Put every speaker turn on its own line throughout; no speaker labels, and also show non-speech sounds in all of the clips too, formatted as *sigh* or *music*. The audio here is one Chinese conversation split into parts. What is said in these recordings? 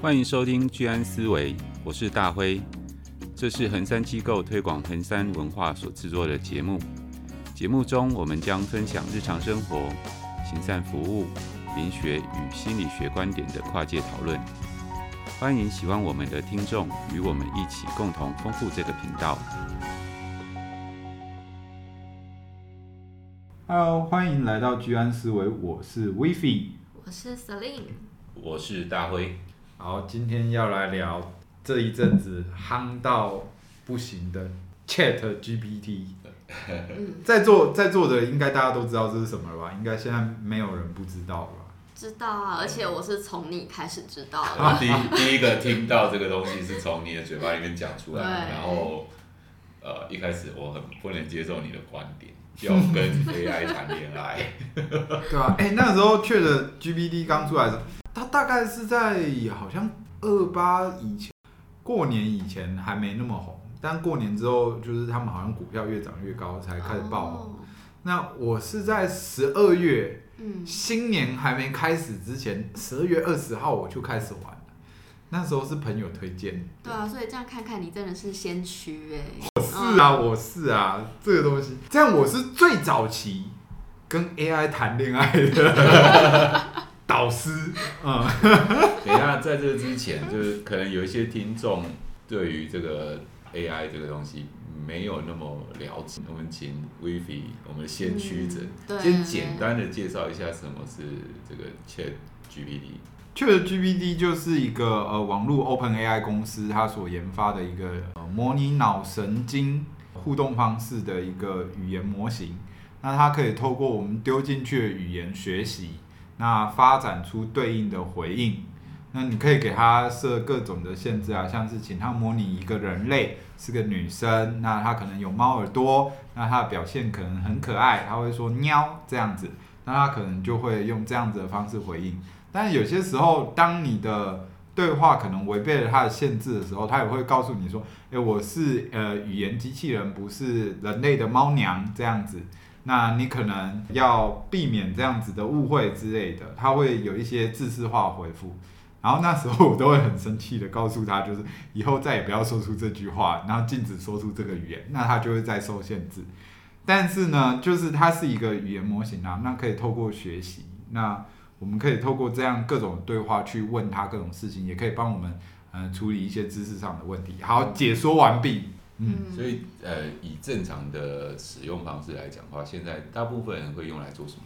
欢迎收听居安思维，我是大辉。这是恒山机构推广恒山文化所制作的节目。节目中，我们将分享日常生活、行善服务、灵学与心理学观点的跨界讨论。欢迎喜欢我们的听众与我们一起共同丰富这个频道。
Hello，欢迎来到居安思维，我是 WiFi。
我是 Celine，
我是大辉，
好，今天要来聊这一阵子夯到不行的 Chat GPT。在座在座的应该大家都知道这是什么了吧？应该现在没有人不知道吧？
知道啊，而且我是从你开始知道
哦
的。
他第一 *laughs* 第一个听到这个东西是从你的嘴巴里面讲出来，
对
然后呃一开始我很不能接受你的观点，要
*laughs*
跟 AI 谈恋爱，
对 *laughs* 吧、啊？哎、那时候 Chat GPT 刚出来的时候，它大概是在好像二八以前，过年以前还没那么红，但过年之后就是他们好像股票越涨越高才开始爆红。
哦
那我是在十二月
嗯，
新年还没开始之前，十二月二十号我就开始玩了。那时候是朋友推荐，
对啊，所以这样看看你真的是先驱哎、
我是啊，我是啊，这个东西，这样我是最早期跟 AI 谈恋爱的 *laughs* 导师，嗯，
*laughs* 等一下，在这之前，就是可能有一些听众对于这个 AI 这个东西没有那么了解，我们请 Vivi 我们的先驱者、
嗯对
先简单的介绍一下什么是这个 Chat GPT。
ChatGPT 就是一个呃网络 OpenAI 公司它所研发的一个、呃、模拟脑神经互动方式的一个语言模型。那它可以透过我们丢进去的语言学习，那发展出对应的回应。那你可以给它设各种的限制啊，像是请它模拟一个人类是个女生，那它可能有猫耳朵，那它的表现可能很可爱，它会说喵这样子，那它可能就会用这样子的方式回应。但有些时候，当你的对话可能违背了它的限制的时候，它也会告诉你说：“诶，我是呃语言机器人，不是人类的猫娘这样子。”那你可能要避免这样子的误会之类的，它会有一些自式化回复。然后那时候我都会很生气的告诉他，就是以后再也不要说出这句话，然后禁止说出这个语言，那他就会再受限制。但是呢，就是它是一个语言模型啊，那可以透过学习，那我们可以透过这样各种对话去问他各种事情，也可以帮我们呃处理一些知识上的问题。好，解说完毕。嗯，
所以，呃，以正常的使用方式来讲的话，现在大部分人会用来做什么？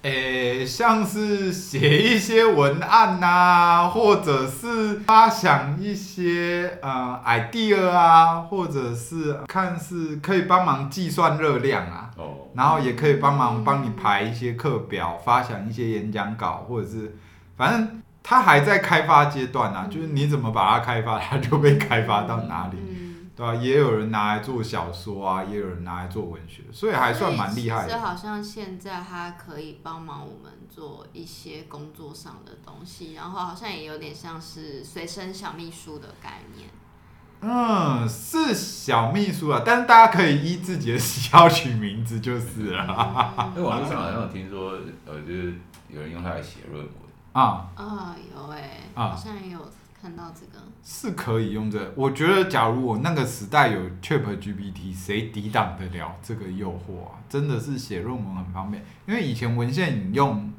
诶、像是写一些文案呐、或者是发想一些呃 idea 啊，或者是看是可以帮忙计算热量啊。
哦，
然后也可以帮忙帮你排一些课表，发想一些演讲稿，或者是反正它还在开发阶段啊，
嗯
就是你怎么把它开发，它就被开发到哪里，
嗯，
对吧、也有人拿来做小说啊，也有人拿来做文学，所以还算蛮厉害
所以其实
的。
好像现在它可以帮忙我们做一些工作上的东西，然后好像也有点像是随身小秘书的概念。
*laughs* 嗯，是小秘书啊，但是大家可以依自己的喜好取名字就是了
啊
因为网络上好像有听说，呃，就是有人用它来写论文。
啊、
啊，有哎、
啊
好像也有看到这个。
是可以用这个我觉得，假如我那个时代有 Chat GPT，谁抵挡得了这个诱惑啊？真的是写论文很方便，因为以前文献引用，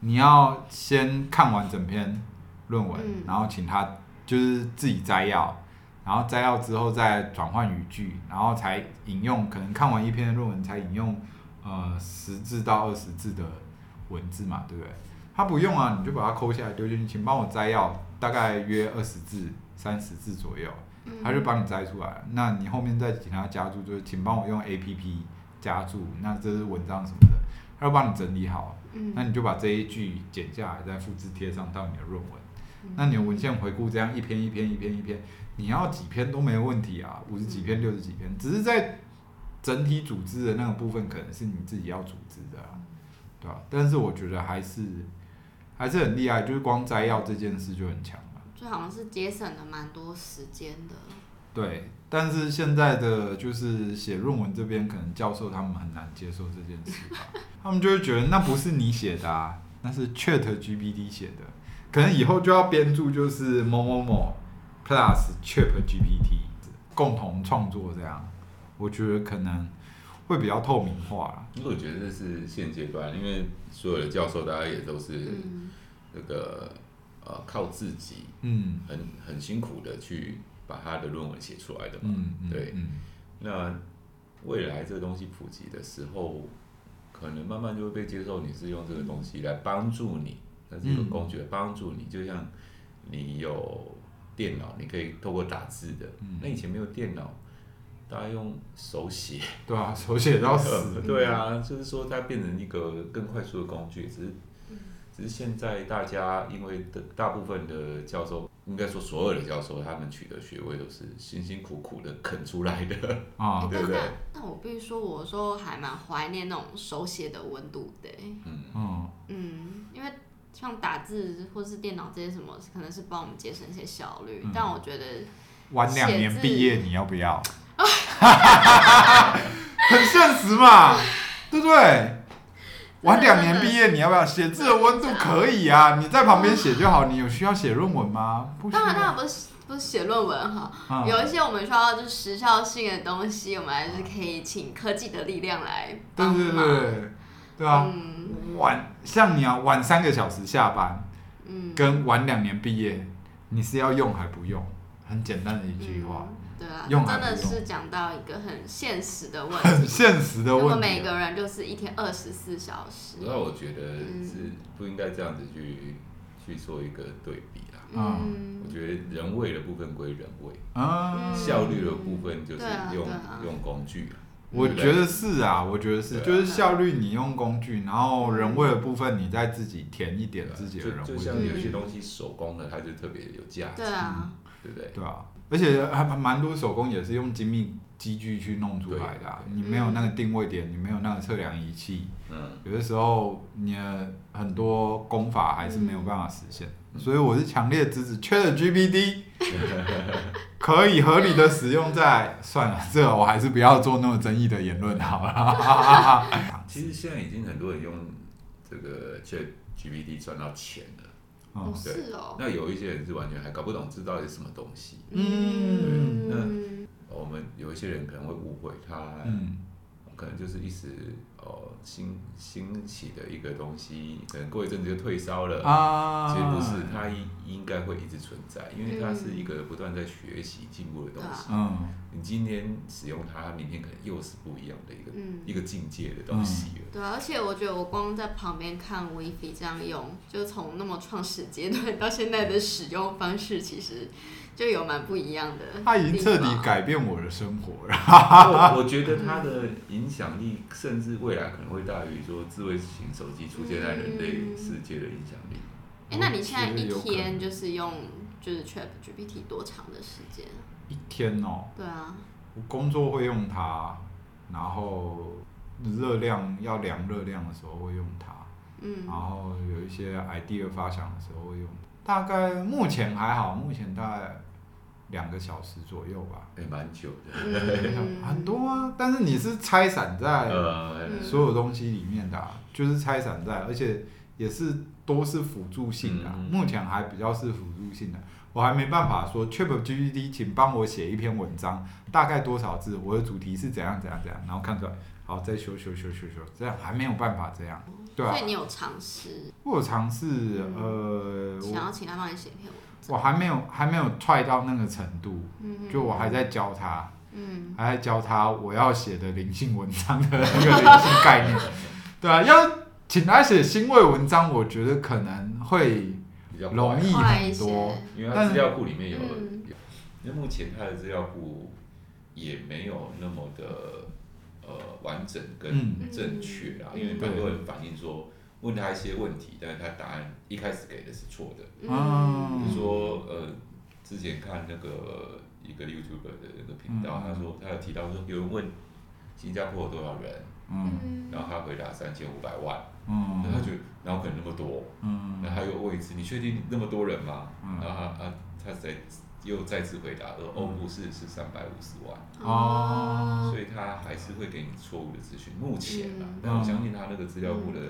你要先看完整篇论文，
嗯
然后请他就是自己摘要，然后摘要之后再转换语句，然后才引用。可能看完一篇论文才引用呃十字到二十字的文字嘛，对不对？他不用啊，你就把它抠下来丢进去，请帮我摘要，大概约二十字、三十字左右，
嗯
他就帮你摘出来了。那你后面再请他加注，就是请帮我用 A P P 加注，那这是文章什么的，他就帮你整理好。
嗯
那你就把这一句剪下来，再复制贴上到你的论文。
嗯
那你的文献回顾这样一篇一篇一篇一篇，你要几篇都没问题啊，五十几篇、六十几篇，只是在整体组织的那个部分，可能是你自己要组织的、啊，对吧、但是我觉得还是还是很厉害，就是光摘要这件事就很强了。
就好像是节省了蛮多时间的。
对，但是现在的就是写论文这边，可能教授他们很难接受这件事吧，他们就会觉得那不是你写的啊，那是 Chat GPT 写的。可能以后就要编注就是某某某 Plus Chat GPT 共同创作这样，我觉得可能会比较透明化啦。
因为我觉得这是现阶段，因为所有的教授大家也都是
嗯，
那个呃靠自己
嗯
很很辛苦的去把他的论文写出来的嘛。
嗯，嗯
对
嗯
那未来这个东西普及的时候，可能慢慢就会被接受，你是用这个东西来帮助你，它是一个
嗯
工具来帮助你，就像你有电脑，你可以透过打字的。
嗯
那以前没有电脑，大家用手
*laughs*
写。
对啊，手写到死
呃， *laughs* 对啊，就是说它变成一个更快速的工具，只是
嗯
只是现在大家因为的大部分的教授，应该说所有的教授，他们取得学位都是辛辛苦苦的啃出来的。 *laughs*
啊，
对不对
但但我必须说，我说还蛮怀念那种手写的温度的欸、
嗯，
嗯，因为像打字或是电脑这些什么，可能是帮我们节省一些效
嗯
率，但我觉得
晚两年
写字
毕业你要不要？
*laughs*
很现实嘛，对不对？晚两年毕业你要不要？写字的温度可以啊，你在旁边写就好。你有需要写论文吗？不需
*laughs* 当然，当
要。
然不是不是写论文哈，
嗯
有一些我们需要就是时效性的东西，我们还是可以请科技的力量来
对
帮
对
忙。
对对，对啊，
嗯
晚像你啊，晚三个小时下班，
嗯，
跟晚两年毕业，你是要用还不用？很简单的一句话，
对啊，
用
真
还
的
不用
是讲到一个很现实
*laughs*
的问
很
题。
现实的
如果
问
嗯每
题啊。
个人就是一天二十四小时，
那我觉得
嗯
是不应该这样子去去做一个对比啦。
嗯
我，觉得人为的部分归人为，
嗯，
效率的部分就是
对啊
用
对啊
用工具啊。
我
对不
觉
对
得是啊，我觉得是，
对啊
就是效率你用工具，然后人为的部分你再自己填一点自己
啊
的
就
人
就
味，
像有些东西手工的，它就特别有价值
对，啊，
对不对？
对啊，而且还蛮蛮多手工也是用精密机具去弄出来的、啊，你没有那个定位点，你没有那个测量仪器，
嗯，
有的时候你的很多功法还是没有办法实现，
嗯
所以我是强烈支
*laughs*
持 ChatGPT 可以合理的使用在，算了，这我还是不要做那么争议的言论好了。
其实现在已经很多人用这个 Chat GPT 赚到钱了。
哦
嗯
是哦，
那有一些人是完全还搞不懂知道是什么东西。哦
嗯
嗯，
我们有一些人可能会误会它，
嗯。
可能就是一时哦兴兴起的一个东西，可能过一阵子就退烧了。
啊，
其实不是，它应应该会一直存在，因为它是一个不断在学习进步的东西。
嗯，
你今天使用它，明天可能又是不一样的一个、
嗯
一个境界的东西了。
对啊，而且我觉得我光在旁边看 WiFi 这样用，就从那么创始阶段到现在的使用方式，其实就有蛮不一样的。
他已经彻底，改变我的生活了。
我我觉得它的影响力，甚至未来可能会大于说智慧型手机出现在人类世界的影响力。
哎，那你现在
我觉得
一
有可能
天就是用就是 Chat GPT 多长的时间啊？
一天哦，
对啊，
我工作会用它，然后热量要量热量的时候会用它，
嗯
然，后有一些 idea 发想的时候会用。大概目前还好，目前大概两个小时左右吧，
也哎蛮久的，
*laughs*
嗯
很多啊。但是你是拆散在
呃，
嗯
所有东西里面的、啊，就是拆散在，而且也是都是辅助性的啊、
嗯
目前还比较是辅助性的，我还没办法说 ChatGPT，请帮我写一篇文章，大概多少字，我的主题是怎样怎样怎样，然后看出来，好再修修修修修，这样还没有办法这样，对啊
所以，你有嗯尝试
我有尝试，呃，
想
我
要请他帮你写一篇文章？
我还没有还没有踹到那个程度，
嗯
就我还在教他，
嗯
还在教他我要写的灵性文章的那个灵性概念。对啊，要请他写欣慰文章，我觉得可能会
比较快
容易
快一
很
些，
多。
因为它资料库里面有，
嗯
有因为目前它的资料库也没有那么的呃完整跟
嗯
正确啦，
嗯
因为
对
很多人反映说问他一些问题，但是他答案一开始给的是错的，
嗯
比如说呃之前看那个一个 YouTube 的那个频
嗯
道，他说他有提到说有人问新加坡有多少人，
嗯
然后他回答三千五百万，然后他
嗯
就然后可能那么多，
嗯
然后他又问一次，你确定那么多人吗？
嗯
然后他他他再又再次回答说，哦不是，是三百五十万，
哦
所以他还是会给你错误的资讯。目前啊
嗯，
嗯
但我相信他那个资料库的、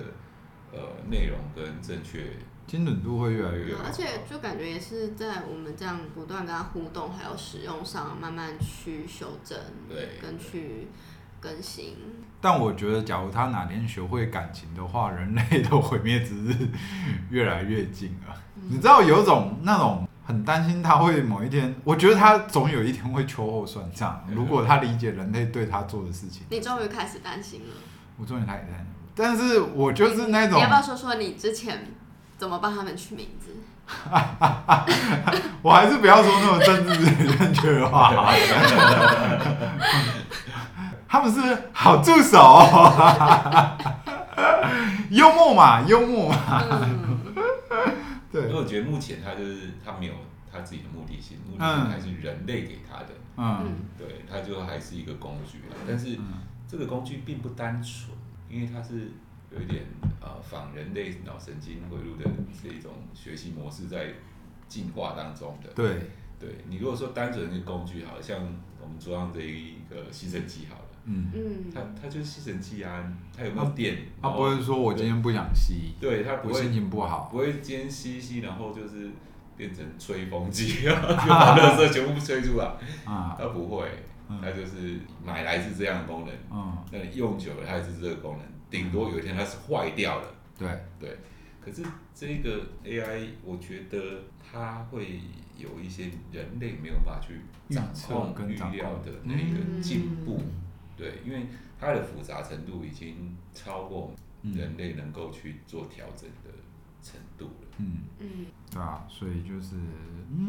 呃内容跟正确，
精准度会越来越
对啊
高。
而且就感觉也是在我们这样不断跟他互动，还有使用上慢慢去修正，
对
跟去更新。
但我觉得，假如他哪天学会感情的话，人类的毁灭只是越来越近了。你知道，有种那种很担心他会某一天，我觉得他总有一天会秋后算账。如果他理解人类对他做的事情，
你终于开始担心了，哎
我终于他也在。但是我就是那种
你要不，要说说你之前怎么帮他们取名
*laughs*
字？
我还是不要说那么政治正确的话。他们是好助手哦，幽默嘛，幽默嘛，
嗯，
对
因为，我觉得目前他就是他没有他自己的目的性，目的性还是人类给他的，
嗯。
对，他就还是一个工具啊。但是
嗯
这个工具并不单纯，因为它是有一点呃仿人类脑神经回路的这一种学习模式在进化当中的。
对，
对你如果说单纯的工具好，像我们桌上这一个吸尘器好了，
嗯，
嗯
它它就是吸尘器啊，它有没有电？
他
然后
不会说我今天不想吸，
对它不
我
会
心情不好。
不会间吸一吸，然后就是变成吹风机，然后就把垃圾全部吹出
*laughs*
来。
啊，
它不会，
嗯
它就是买来是这样的功能，
嗯，
那你用久了它也是这个功能，顶多有一天它是坏掉了。
对，
对，可是这个 AI，我觉得它会有一些人类没有办法去掌
预测
控、
嗯跟
预
掌控
料的那个进步，
嗯
对，因为它的复杂程度已经超过
嗯
人类能够去做调整的程度了。
嗯，
嗯，
对啊，所以就是，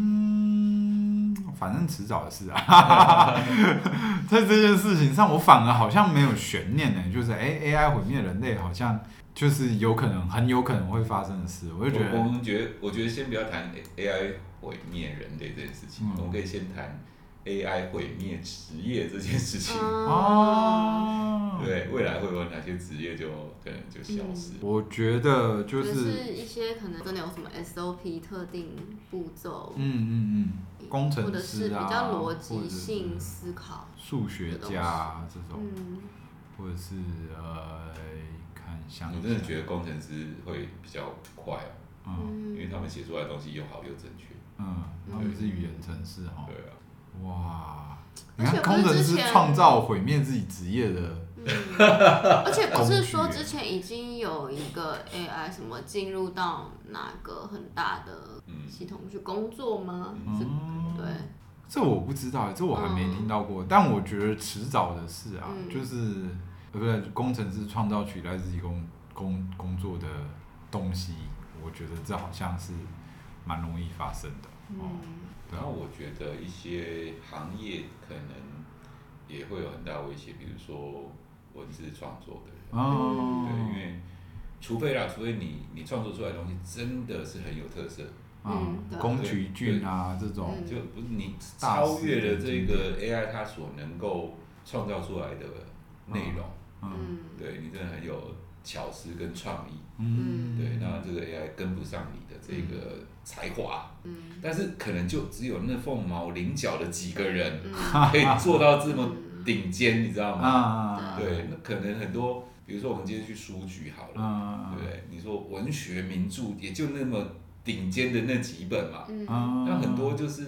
嗯，反正迟早的事啊。
*laughs*
在这件事情上，我反而好像没有悬念呢，就是哎、a i 毁灭人类好像就是有可能，很有可能会发生的事。我就觉
我我
得，
们觉得，我觉得先不要谈 AI 毁灭人类这件事情，
嗯
我们可以先谈 AI 毁灭职业这件事情。
嗯哦，
哦，，
对，未来会有哪些职业就可能就消失？
我觉得就，
就是是一些可能真的有什么 SOP 特定步骤
嗯，嗯嗯，工
或
程
者是
师
比
啊，
较逻
或
辑
者是
性思考，
数学家啊这种，
嗯，
或者是呃，看想一
我真的
下
觉得工程师会比较快哦，
嗯
因为
嗯
他们写出来的东西又好又正确。
嗯，他们是语言城市哈，
对啊，
哇，你
而且
看
不
工
是
程
之
师
前
创造毁灭自己职业的，
嗯，而且不是说之前已经有一个 AI 什么进入到哪个很大的
嗯，
系统去工作吗？是，
嗯，
对，
这我不知道，这我还没
嗯
听到过，但我觉得迟早的事啊，
嗯
就是呃，不是工程师创造取代自己工工工作的东西，我觉得这好像是蛮容易发生的，哦，
嗯，
对
然
啊
后，我觉得一些行业可能也会有很大威胁，比如说文字创作的人。
哦，
对，因为除非啦，除非你你创作出来的东西真的是很有特色，
嗯
嗯，对啊
宫崎骏啊这种，
嗯
就不是你
大师
超越了
的
这
境
个 AI 它所能够创造出来的内容，
嗯
嗯，
对你真的很有巧思跟创意，
嗯，
对，那这个 AI 跟不上你的这个才华，
嗯，
但是可能就只有那凤毛麟角的几个人
嗯，
*laughs* 可以做到这么顶尖，你知道吗？
啊，
对，那可能很多，比如说我们今天去书局好了，
嗯
对不对？你说文学名著也就那么顶尖的那几本嘛，
嗯，
嗯，
那很多就是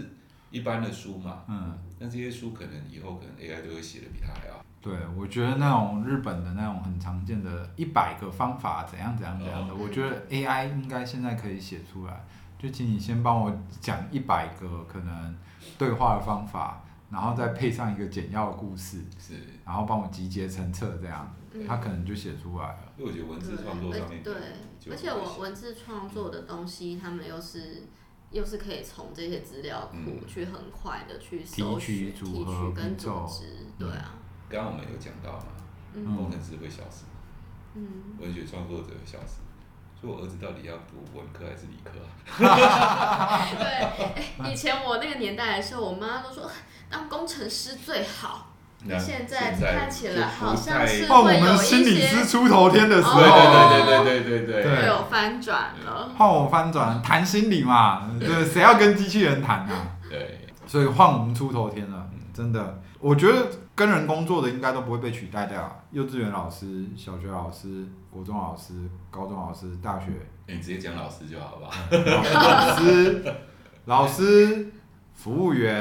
一般的书嘛。
嗯，
那这些书可能以后可能 AI 都会写的比他还好。
对，我觉得那种日本的那种很常见的一百个方法怎样怎样怎样的，
哦
我觉得 AI 应该现在可以写出来。就请你先帮我讲一百个可能对话的方法，然后再配上一个简要的故事，
是，
然后帮我集结成册，这样
嗯
他可能就写出来了。
因为我觉得文字创作上面
对，
就
而且我文字创作的东西，他们又是又是可以从这些资料库
嗯
去很快的去
提
搜
取
取、
组
提
合
取跟
步骤
组织，对啊，
刚刚我们有讲到嘛，
嗯
工程师会消失，
嗯，
文学创作者会消失，所以我儿子到底要读文科还是理科啊？
对，以前我那个年代的时候，我妈都说啊当工程师最好，
那
现在
在
看起来好像是
就不太
换哦我们心理师出头天的时候，
会有一
*laughs*
些
对对对对
哦
对对
对
对
又有翻转了。
换我翻转谈心理嘛，对，谁要跟机器人谈啊？
对，
所以换我们出头天了，真的，我觉得跟人工作的应该都不会被取代掉啊。幼稚园老师、小学老师、国中老师、高中老师、大学
哎你直接讲老师就好吧？
老师、老师、服务员，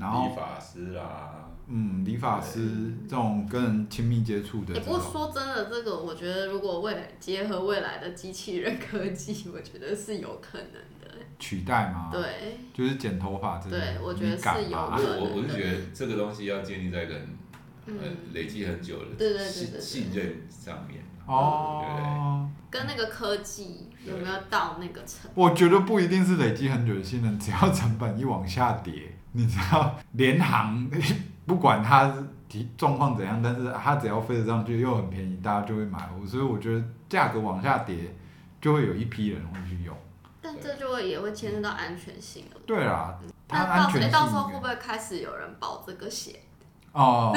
然后
理发师啦，
嗯，理发师这种跟人亲密接触的
也
这
不过
种，
说真的，这个我觉得如果未来结合未来的机器人科技，我觉得是有可能的。
取代嘛，，
对，
就是剪头发这种，
对我觉得
你敢
是有
吗
我
可能
我我是觉得这个东西要建立在一个很很
嗯，
累积很久
对对
的
对
信
对
信任上面。
哦。
跟那个科技有没有到那个层？
我觉得不一定是累积很久的信任，只要成本一往下跌，你知道，联行不管它提状况怎样，但是它只要飞得上去又很便宜，大家就会买。我所以我觉得价格往下跌，就会有一批人会去用。
但这就会也会牵涉到安全性了。
对啦，它
那到
安全
哎
性
到时候会不会开始有人保这个险？
哦。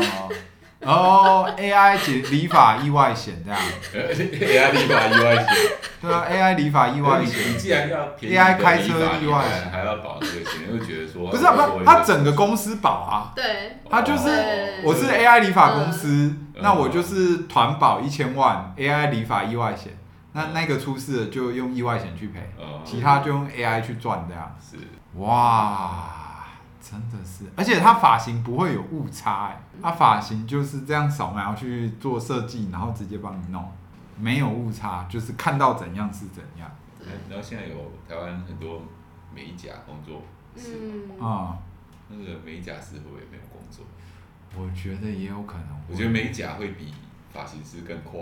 哦，AI 解理法意外险这样，
AI 立法意外险，
对啊，AI 理法意外
你
险，
既然要便宜
AI
的
开
立
车
法
意
你
外
还
险
还要保这个险，又觉得说哎
不是啊，
多
不
一
是，
个
它整个公司保啊，
对，
他就是
对
我是 AI 理发公司，
嗯
那我就是团保一千万 AI 理发意外险，那那个出事的就用意外险去赔，
呃
其他就用 AI 去赚这样。
哦是
哇，真的是，而且它发型不会有误差、欸，它发型就是这样扫描去做设计，然后直接帮你弄，没有误差，就是看到怎样是怎样
哎然后现在有台湾很多美甲工作室，
嗯，
啊、
那个美甲师会不会没有工作？
我觉得也有可能，
我觉得美甲会比发型师更快。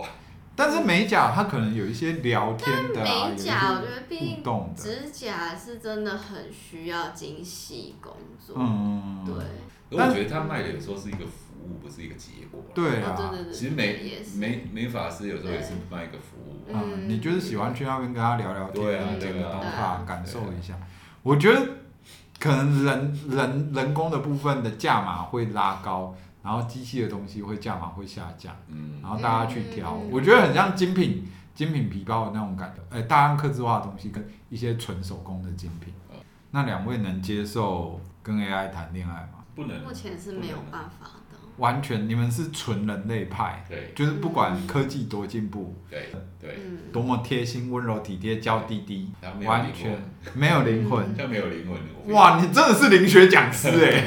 但是美甲它可能有一些聊天的、啊，
美甲我
有一
觉
些
得毕
互
竟
动的。
指甲是真的很需要精细工作。
嗯，
对，
可我觉得他卖的有时候是一个服务，不是一个结果。，
对
哦
啊，
对对对，
其实
对
美
也是
美美发师有时候也是
对
卖一个服务。
嗯，你就是喜欢去那边跟他聊聊天，
对啊
剪个
对啊
头
对
发
啊，
感受一下。我觉得可能人人人工的部分的价码会拉高，然后机器的东西会价码会下降，
嗯
然，后大家去挑。
嗯
我觉得很像精品精品皮包的那种感觉，呃，大量刻字化的东西跟一些纯手工的精品
嗯。
那两位能接受跟 AI 谈恋爱吗？
不能
目前是没有
不能
办法的。
完全，你们是纯人类派，
对
就是不管科技多进步，
对对，
嗯，
多么贴心、温柔、体贴、娇滴滴，
他没有
完
灵
全
魂，
没有灵魂。
他没有灵魂。我
哇，你真的是灵学讲师哎！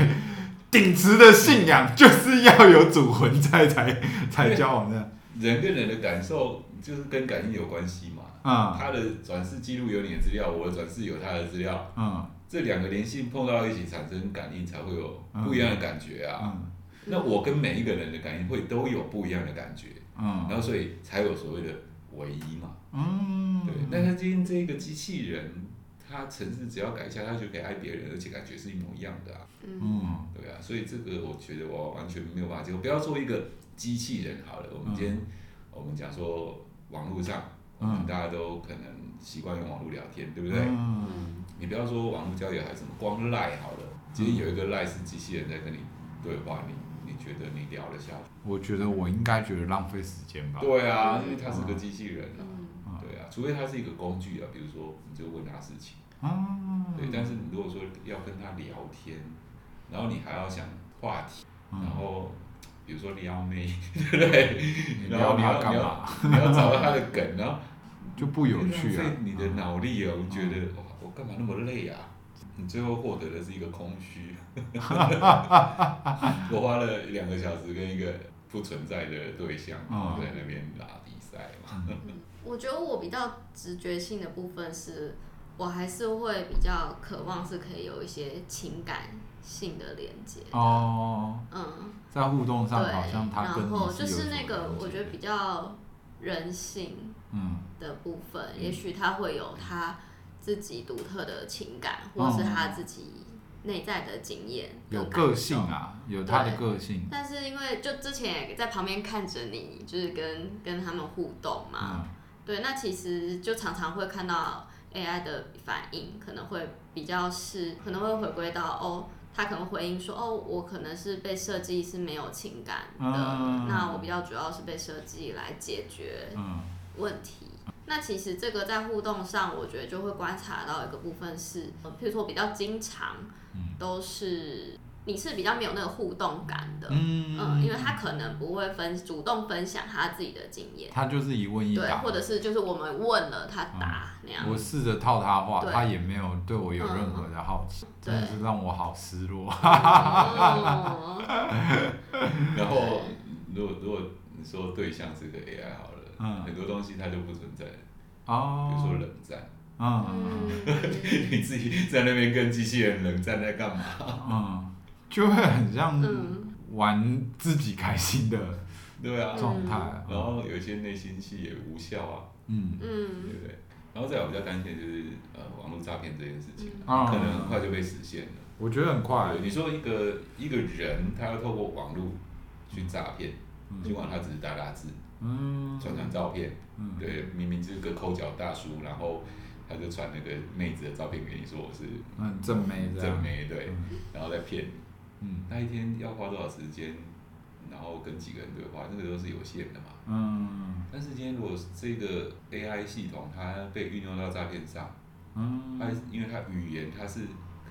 顶持的信仰就是要有主魂在才才交往的，
人跟人的感受就是跟感应有关系嘛。
嗯
他的转世记录有你的资料，我的转世有他的资料，
嗯
这两个连性碰到一起产生感应，才会有不一样的感觉啊。
嗯
那我跟每一个人的感应会都有不一样的感觉，然
嗯
后所以才有所谓的唯一嘛。对，
嗯，
那他今天这个机器人，他程式只要改一下，他就可以爱别人，而且感觉是一模一样的啊。
嗯
对啊，所以这个我觉得我完全没有办法接受。不要做一个机器人好了，我们
嗯
今天、我们讲说网络上，我
嗯
们大家都可能习惯用网络聊天，对不对？
嗯
你不要说网络交友还是什么，光赖好了，今天有一个赖是机器人在跟你对话，你你觉得你聊得下去？
我觉得我应该觉得浪费时间吧。
对啊，因为它是个机器人啊。
嗯
嗯
对啊，除非它是一个工具啊，比如说你就问他事情，对。
嗯
但是你如果说要跟他聊天，然后你还要想话题。然
嗯，
后比如说撩妹，对不对？
你
然后
聊
你
他
要
干嘛？
*laughs* 你要找到他的梗，然后
就不有趣啊
浪
嗯
费！你的脑力哦，你觉得哇，我干嘛那么累啊？你最后获得的是一个空虚。 *laughs* 我花了两个小时跟一个不存在的对象，然
嗯
后在那边打比赛嘛。
我觉得我比较直觉性的部分是，我还是会比较渴望是可以有一些情感性的连接。
哦，
嗯，
在互动
对，
上好像他跟
然
你
后
有所
就是那个
连接
我觉得比较人性
嗯
的部分，也许他会有他自己独特的情感，或是他自己内在的经验，
哦有
跟感
个性啊，有他的
对
个性。
但是因为就之前也在旁边看着你，就是跟跟他们互动嘛，
嗯
对，那其实就常常会看到 AI 的反应，可能会比较是可能会回归到哦，他可能回应说哦，我可能是被设计是没有情感的，
嗯
那我比较主要是被设计来解决
嗯
问题。那其实这个在互动上，我觉得就会观察到一个部分是，呃譬如说比较经常
嗯
都是你是比较没有那个互动感的。
嗯
嗯，因为他可能不会分主动分享他自己的经验，
他就是一问一
对，
答
或。者是就是我们问了他答那样
嗯我，试着套他话，
对嗯
他也没有对我有任何的好奇，
对
真的是让我好失落。
哦
然后如果如果你说对象是个 AI 好了，
嗯
很多东西它就不存在了，比
哦，
如说冷战， *laughs*
嗯
嗯，
你自己在那边跟机器人冷战在干嘛？
嗯，就会很像
嗯
玩自己开心的
对啊，
状态。
然后有一些内心戏也无效啊，
嗯，
对
嗯
不对？然后再有比较担心的就是呃网络诈骗这件事情，
嗯
可能很快就被实现了。
我觉得很快
对，你说一个一个人，他要透过网络去诈骗，尽管他只是打打字、
嗯
传传照片，
嗯
对，明明就是个抠脚大叔，然后他就传那个妹子的照片给你，说我是
嗯，正妹这样，
正妹，对，然后再骗你。
嗯
那一天要花多少时间，然后跟几个人对话，那个都是有限的嘛。
嗯
但是今天如果这个 AI 系统它被运用到诈骗上，
嗯
它因为它语言它是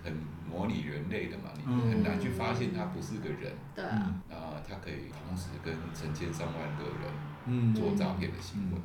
很模拟人类的嘛，你
嗯
很难去发现它不是个人。
对啊，
啊，它可以同时跟成千上万个人
嗯
做诈骗的行为。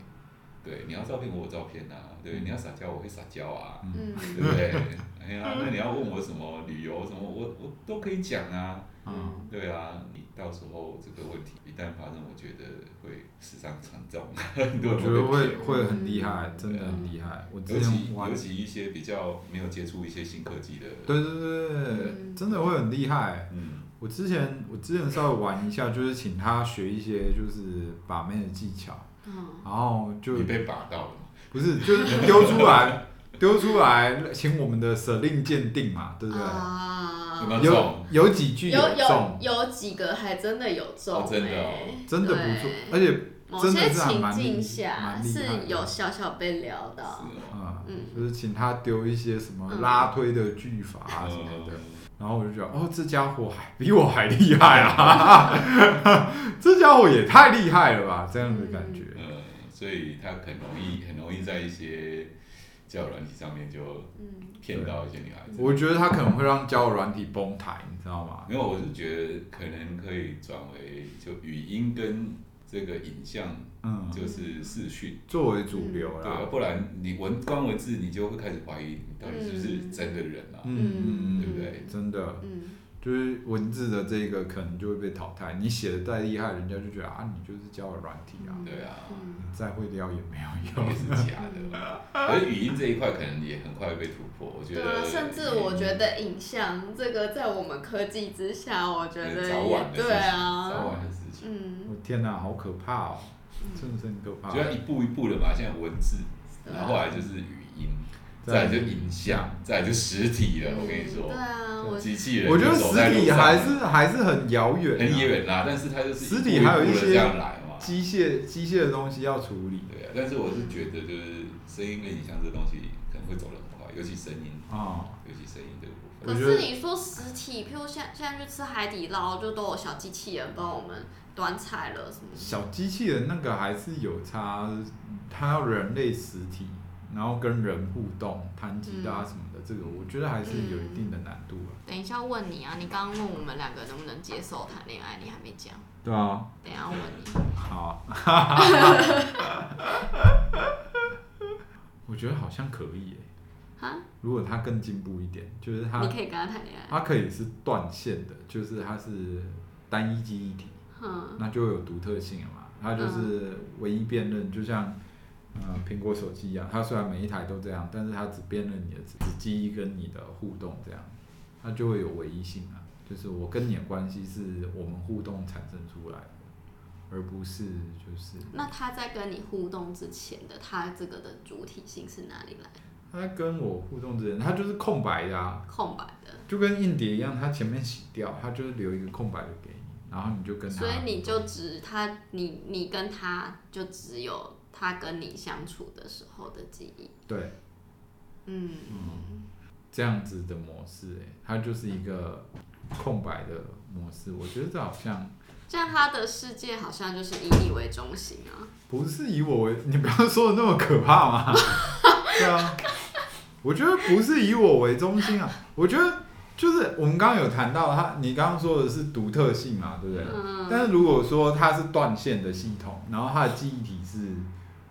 对，你要照片我有照片啊，对，
嗯
你要撒娇我会撒娇啊，
嗯
对不对？
*laughs*
哎呀，那你要问我什么旅游什么，我我都可以讲啊。
嗯，
对啊，你到时候这个问题一旦发生，我觉得会死伤惨重， *laughs* 很多
我
人
觉得
会被
会
骗
会很厉害，真的很厉害。我
尤
之
其
前玩
尤，其一些比较没有接触一些新科技的，
对对对对对，
嗯
真的会很厉害。
嗯，
我之前我之前稍微玩一下，就是请他学一些就是把妹的技巧，
嗯
然后就
你被把到了嘛，
不是就是丢出来丢出来，请我们的指令鉴定嘛，对不对？
有
啊
没有
有
中？
有几句
有有
中，
有几个还真的有中、
哦
欸
真的哦
真的不错
对，
而且
某
真的
些
是还
情
蛮厉
境下
蛮厉害的
是有小小被撩到，
是哦
啊，
嗯
就是请他丢一些什么
嗯
拉推的句法啊什么的，
嗯
然后我就觉得，哦，这家伙还比我还厉害啊， *laughs* 这家伙也太厉害了吧，这样的感觉，
呃，所以他很容易很容易在一些交友软体上面就
嗯
骗到一些女孩子。
我觉得他可能会让交友软体崩台，你知道吗？
没有，我是觉得可能可以转为就语音跟这个影像
嗯，
就是视讯，
作为主流
对啊
啦，，
不然你文光文字你就会开始怀疑你到底是不是真的人啊，
嗯嗯
对不对
嗯，？真的
嗯
就是文字的这个可能就会被淘汰，你写的再厉害，人家就觉得啊，你就是交友软体啊，
嗯
对啊，
嗯
再会撩也没有
也 *laughs*
用，
是假
*laughs*
嗯
的。而语音这一块可能也很快被突破，我觉
对
得。
啊，甚
嗯
至我觉得影像这个在我们科技之下，我觉得
呃早晚
也
的事情，
对
早
啊，
晚的事情，
嗯
我天哪，好可怕哦，真的是很可怕
就。要一步一步的嘛。现在文字，
对啊
然后后来就是语音，
再
再
来
来就影像，再来就实体了。我跟你
对
说，
啊，我
机器人
我觉得
就走在
实
路
体
上
还是还是很遥远、啊
很远啦，但是它就是
实
一步
体
一
还有一
步的
些
这样来嘛。
机械机械的东西要处理
对啊，但是我是觉得就是声音跟影像这东西可能会走得很快，尤其声音，
啊、
尤其声音这个部分。
可
我觉
是
得
你说实体，譬如现现在去吃海底捞，就都有小机器人帮我们端菜了什么的。
小机器人那个还是有差，它要人类实体，然后跟人互动、弹吉他什么的，这个我觉得还是有一定的难度啊。
等一下问你啊，你刚刚问我们两个能不能接受谈恋爱，你还没讲。
对啊，
等一下问你，
好， *laughs* 我觉得好像可以耶、
啊，
如果它更进步一点，就是它
你可以跟他谈恋爱。
它可以是断线的，就是它是单一记忆体。
嗯
那就有独特性了嘛。它就是唯一辨认，就像呃苹果手机一样，它虽然每一台都这样，但是它只辨认你的只只记忆跟你的互动这样，它就会有唯一性啊。就是我跟你的关系是我们互动产生出来的，而不是就是
那他在跟你互动之前的他这个的主体性是哪里来的？
它跟我互动之前，它就是空白的啊，
空白的，
就跟硬碟一样，它前面洗掉，它就是留一个空白的给你，然后你就跟它。
所以你就只他你你跟他就只有他跟你相处的时候的记忆。
对
嗯
这样子的模式、欸，它就是一个空白的模式。我觉得这好像
这样他的世界好像就是以你为中心
*laughs*
啊。
不是以我为，你不要说的那么可怕 *laughs* 嘛。对啊，我觉得不是以我为中心啊。我觉得就是我们刚刚有谈到它，你刚刚说的是独特性嘛，对不对？
嗯，
但是如果说它是断线的系统，然后它的记忆体是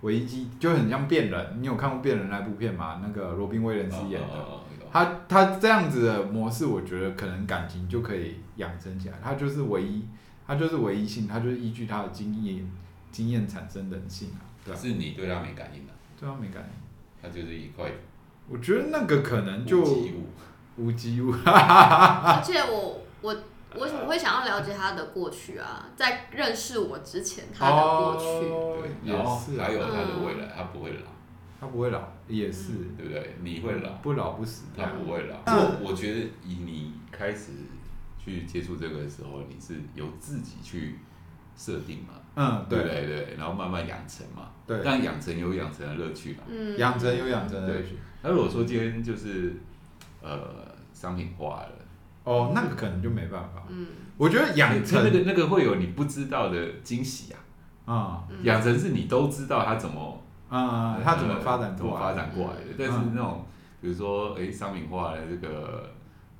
唯一记，就很像变人。你有看过变人那部片吗？那个罗宾威廉斯演的，
哦哦哦哦
他他这样子的模式，我觉得可能感情就可以养成起来。他就是唯一，他就是唯一性，他就是依据他的经验经验产生人性啊，对
有
啊，
是你对他没感应的、啊，
对啊，没感觉。
他就是一块
我觉得那个可能
无
就
机物。
无机物，
而且我我我我会想要了解他的过去啊，在认识我之前他的过去，
哦
对，
也
然后
是啊
还，有他的
嗯
未来，他不会老，
他不会老，也是
对不对？你会老，
不老不死这
他
样。
不会老。
那
嗯我我觉得以你开始去接触这个的时候，你是由自己去设定嘛，
嗯，
对不
对
对对，然后慢慢养成嘛。
对
但养成有养成的乐趣嘛。
嗯，
养成有养成的乐
对
趣。
那如果说今天就是呃商品化了，
哦，那个可能就没办法。
嗯，
我觉得养成
那那个那个会有你不知道的惊喜啊。
啊
嗯
养成是你都知道它怎么呃
啊啊，他怎么发展
怎么
过
发
来？嗯
展过来的，但是那种比如说哎商品化的这个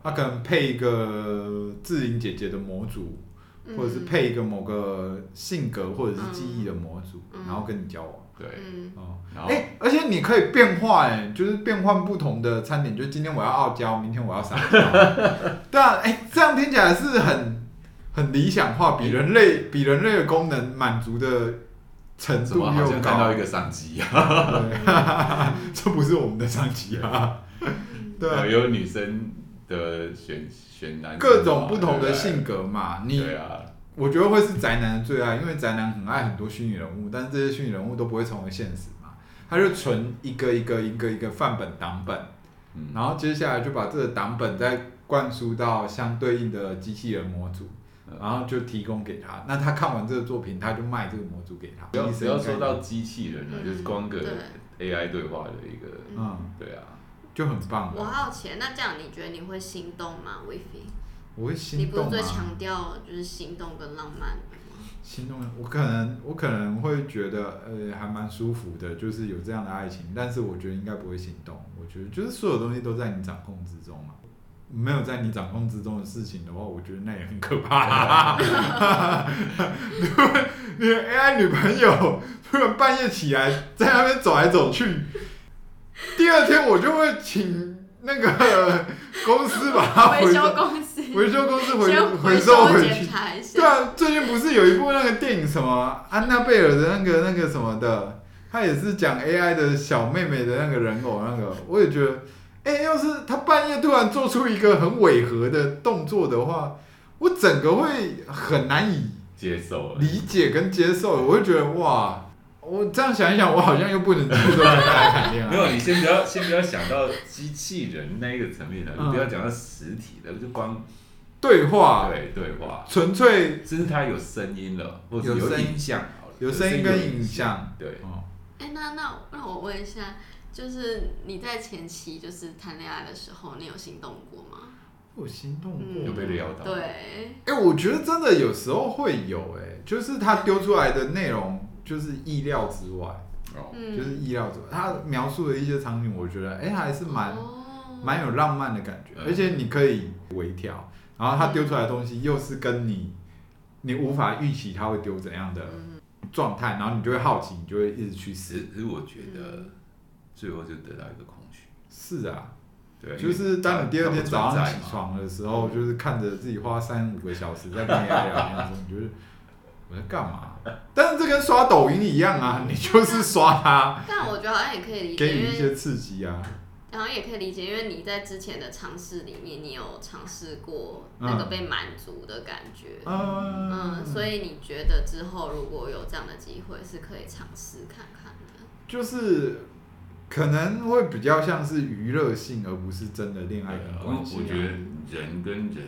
他可能配一个志玲姐姐的模组，
嗯
或者是，配一个某个性格或者是记忆的模组，
嗯
然后跟你交往。
对，
嗯
哦，
然
哎、
后
而且你可以变换、哎，就是变换不同的餐点，就是今天我要傲娇，明天我要撒娇。 *laughs* 对啊，哎、这样听起来是很很理想化，比人类比人类的功能满足的程
怎
度
么好
又
像看
高
到一。个商机啊？
对， *laughs* 这不是我们的上级啊。
嗯
对啊，
有女生的选选男生嘛，
各种不同的
对不对啊
性格嘛，你
对啊，
我觉得会是宅男的最爱，因为宅男很爱很多虚拟人物，但是这些虚拟人物都不会成为现实嘛，他就存一个一个一个一个范本档本，
嗯，
然后接下来就把这个档本再灌输到相对应的机器人模组，
嗯
然后就提供给他。那他看完这个作品，他就卖这个模组给他。
不要
意思
不要
应该
说到机器人了，就是光个
嗯对
AI 对话的一个，
嗯，
对啊，
就很棒
我
了。
好奇，那这样你觉得你会心动吗？Wifi，
我会
你
心
不是
动啊
最
吗？
强调就是心动跟浪漫的吗？
心动，我可能我可能会觉得呃还蛮舒服的，就是有这样的爱情，但是我觉得应该不会心动。我觉得就是所有东西都在你掌控之中嘛。没有在你掌控之中的事情的话，我觉得那也很可怕。啊 *laughs* 你的 AI 女朋友突然半夜起来在那边走来走去，第二天我就会请那个公司把它回
维修
收，
公司，
维修公司回
先
回收
收
回去
检。查一下，
对啊，最近不是有一部那个电影什么安娜贝尔的那个那个什么的，他也是讲 AI 的小妹妹的那个人偶那个，我也觉得，哎、要是他半夜突然做出一个很违和的动作的话，我整个会很难以
接受了，
理解跟接受，我会觉得哇，我这样想一想，我好像又不能接受跟他谈恋
没
爱。
有，你先不要， *laughs* 先不要想到机器人那一个层面了，
嗯
你不要讲到实体的，就光
对话，
对对话，
纯粹
甚至它有声音了，或者
有
有
声音
影像好了，
有声音跟影
有
像，
对，
哦，
哎、那那那我问一下，就是你在前期就是谈恋爱的时候，你有心动过吗？
我心动
嗯
过，
有被撩到，，
对，
哎、我觉得真的有时候会有、哎，就是他丢出来的内容就是意料之外，
哦，
嗯，
就是意料之外。他描述的一些场景，我觉得哎、还是蛮
哦
蛮、有浪漫的感觉，
嗯
而且你可以微调，然后他丢出来的东西又是跟你你无法预期他会丢怎样的
嗯
状态，然后你就会好奇，你就会一直
其
去试。
实其实我觉得最后就得到一个空虚，
是啊，
对，
就是当你第二天早上起
床。
床的时
嗯
候，就是看着自己花三五个小时在跟 AI 聊天的时候，你觉得我在干嘛？但是这跟刷抖音一样啊，你就是刷它，
但我觉得好像也可以理
给
解，
你一
因为
些刺激啊。
好像也可以理解，因为你在之前的尝试里面，你有尝试过那个
嗯
被满足的感觉。
嗯
嗯，，所以你觉得之后如果有这样的机会，是可以尝试看看的。
就是可能会比较像是娱乐性，而不是真的恋爱
对啊
的
因为
关系、啊。
我觉得人跟人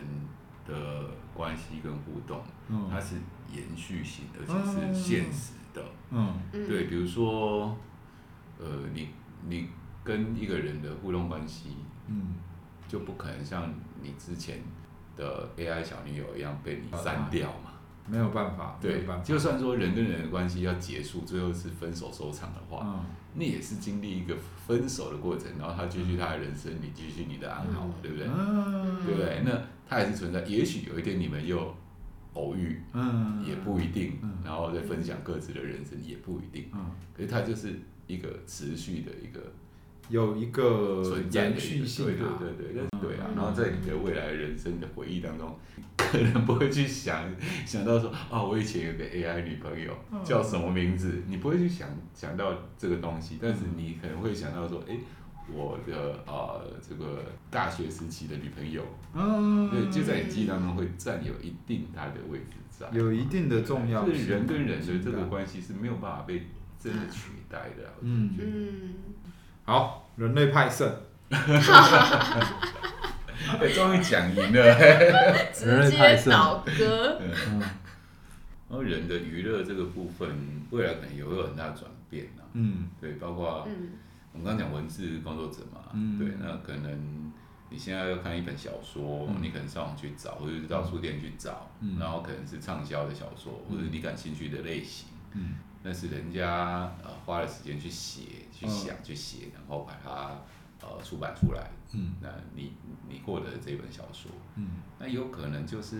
的关系跟互动，
嗯哦
它是延续性的，而且是现实的。
嗯
嗯，
对，比如说，呃，你你跟一个人的互动关系，
嗯，
就不可能像你之前的 AI 小女友一样被你删掉嘛。
没有办法，啊没有
对
办，法，
就算说人跟人的关系要结束，最后是分手收场的话，
嗯，
那也是经历一个分手的过程，然后他继续他的人生，你继续你的安好，对不对？
嗯
对不对？那它还是存在，也许有一天你们又偶遇，
嗯，
也不一定
嗯，
然后再分享各自的人生也不一定，
嗯，
可是它就是一个持续的一个
有一个
存在的
延
一
续
个
性
对
啊，
对对对对啊，
嗯
然后在你的未来人生的回忆当中，可能不会去想 *laughs* 想到说啊，我以前有个 AI 女朋友
嗯
叫什么名字，你不会去想想到这个东西，但是你可能会想到说，哎。我的啊、呃这个大学时期的女朋友，
嗯，
对，就在你记忆当中会占有一定它的位置在。
有一定的重要
就是
性，
人跟人的这
情
个
感
关系是没有办法被真的取代的啊、
嗯，
嗯，
好，人类派胜，
哎终于讲赢了。
直接倒戈，
然后人的娱乐这个部分，未来可能也会有很大的转变啊。
嗯
对，包括
嗯
我们刚刚讲文字工作者嘛，
嗯
对，那可能你现在要看一本小说，你可能上网去找，或者是到书店去找，
嗯
然后可能是畅销的小说，或者是你感兴趣的类型。
嗯
那是人家呃花了时间去写、去
嗯
想、去写，然后把它呃出版出来。
嗯
那你你获得的这本小说，
嗯，
那有可能就是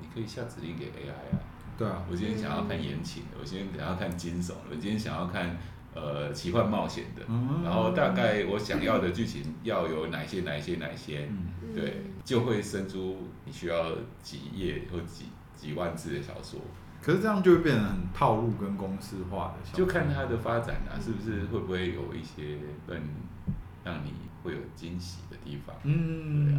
你可以下指令给 AI 啊。
对啊，
我今天想要看言情的，我今天想要看惊悚的，我今天想要看呃奇幻冒险的，
嗯
然后大概我想要的剧情要有哪些、哪些、哪些，
嗯
嗯，
对，就会生出你需要几页或几几万字的小说。
可是这样就会变得很套路跟公式化的，
就看它的发展啊，是不是会不会有一些更让你会有惊喜的地方？对啊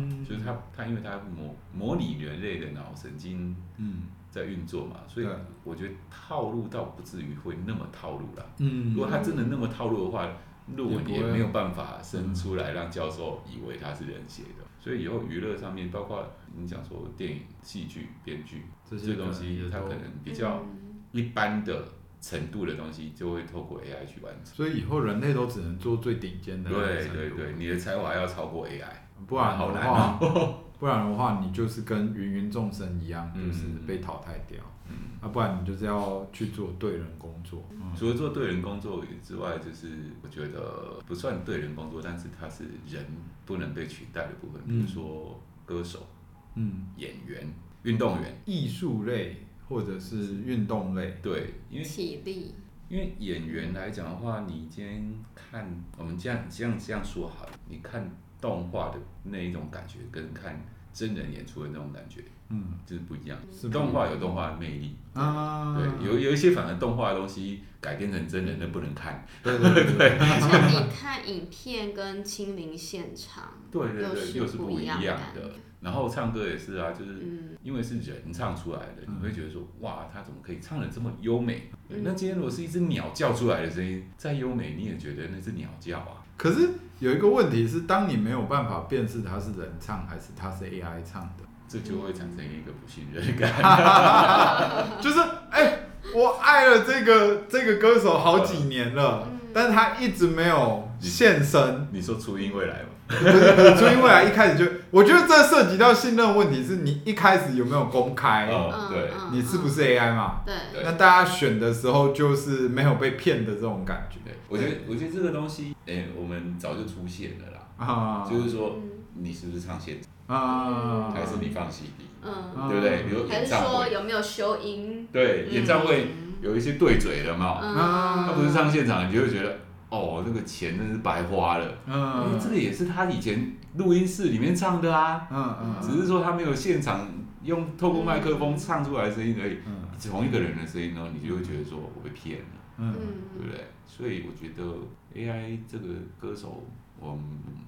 嗯，，
就是它它因为它模模拟人类的脑神经
嗯
在运作嘛，所以
对
我觉得套路倒不至于会那么套路啦。
嗯，
如果它真的那么套路的话，论文
也
也
不会
没有办法生出来让教授以为它是人写的。所以以后娱乐上面，包括你讲说电影、戏剧、编剧
这些
些东西
可能也，
它
都
可能比较。
嗯
一般的程度的东西，就会透过 AI 去完成。
所以以后人类都只能做最顶尖的那个
对
程
对
度
对，，你的才华要超过 AI，
不然
好
的
难哦
话， *laughs* 不然的话，你就是跟芸芸众生一样，就是
嗯
被淘汰掉。
嗯，
啊，不然你就是要去做对人工作。嗯
除了做对人工作之外，就是我觉得不算对人工作，但是它是人不能被取代的部分，比如
嗯
说歌手、
嗯，
演员、运动员。
艺术类或者是运动类，
对，因为
体
*laughs*
力，
因为演员来讲的话，你今天看我们这样这样这样说好了，你看动画的那一种感觉，跟看真人演出的那种感觉，
嗯
就是不一样。
是不一样
动画有动画的魅力，
啊，
对，有有一些反而动画的东西改编成真人的不能看。
对 *laughs* 对对
*laughs*
对，
而且你看影片跟亲临现场，
对对
又
对，
是
又是
不
不
一
一
样
样
的
的。然后唱歌也是啊，就是
嗯，
因为是人唱出来的，
嗯
你会觉得说哇，他怎么可以唱的这么优美？那今天如果是一只鸟叫出来的声音，再优美你也觉得那是鸟叫啊。
可是有一个问题是，当你没有办法辨识它是人唱还是它是 AI 唱
*laughs*
的，
这就会产生一个不信任感。
嗯就是哎、我爱了这个这个歌手好几年
嗯
哦
了，但是他一直没有
*laughs*
现身。
*laughs* 你说初音未来吗？
所以未来一开始就，我觉得这涉及到信任问题，是你一开始有没有公开，
哦，对，
嗯
你是不是 AI 嘛？
对，
对
那大家选的时候就是没有被骗的这种感觉
对，我觉得我觉得这个东西，哎，我们早就出现了啦。
啊，
就是说，你是不是唱现场，
啊，
还是你放 CD，
嗯，
啊
对不对？比如哦
还
演
是
唱
说
会，
有没有修音？
对，演唱会
嗯
有一些对嘴的嘛，
啊
他不是上现场，你就会觉得，哦，那个钱真是白花了。
嗯
嗯，这个也是他以前录音室里面唱的啊，
嗯嗯，
只是说他没有现场用透过麦克风唱出来的声音而已。
嗯
同一个人的声音呢，你就会觉得说我被骗了，
嗯
嗯，
对不对？所以我觉得 AI 这个歌手，我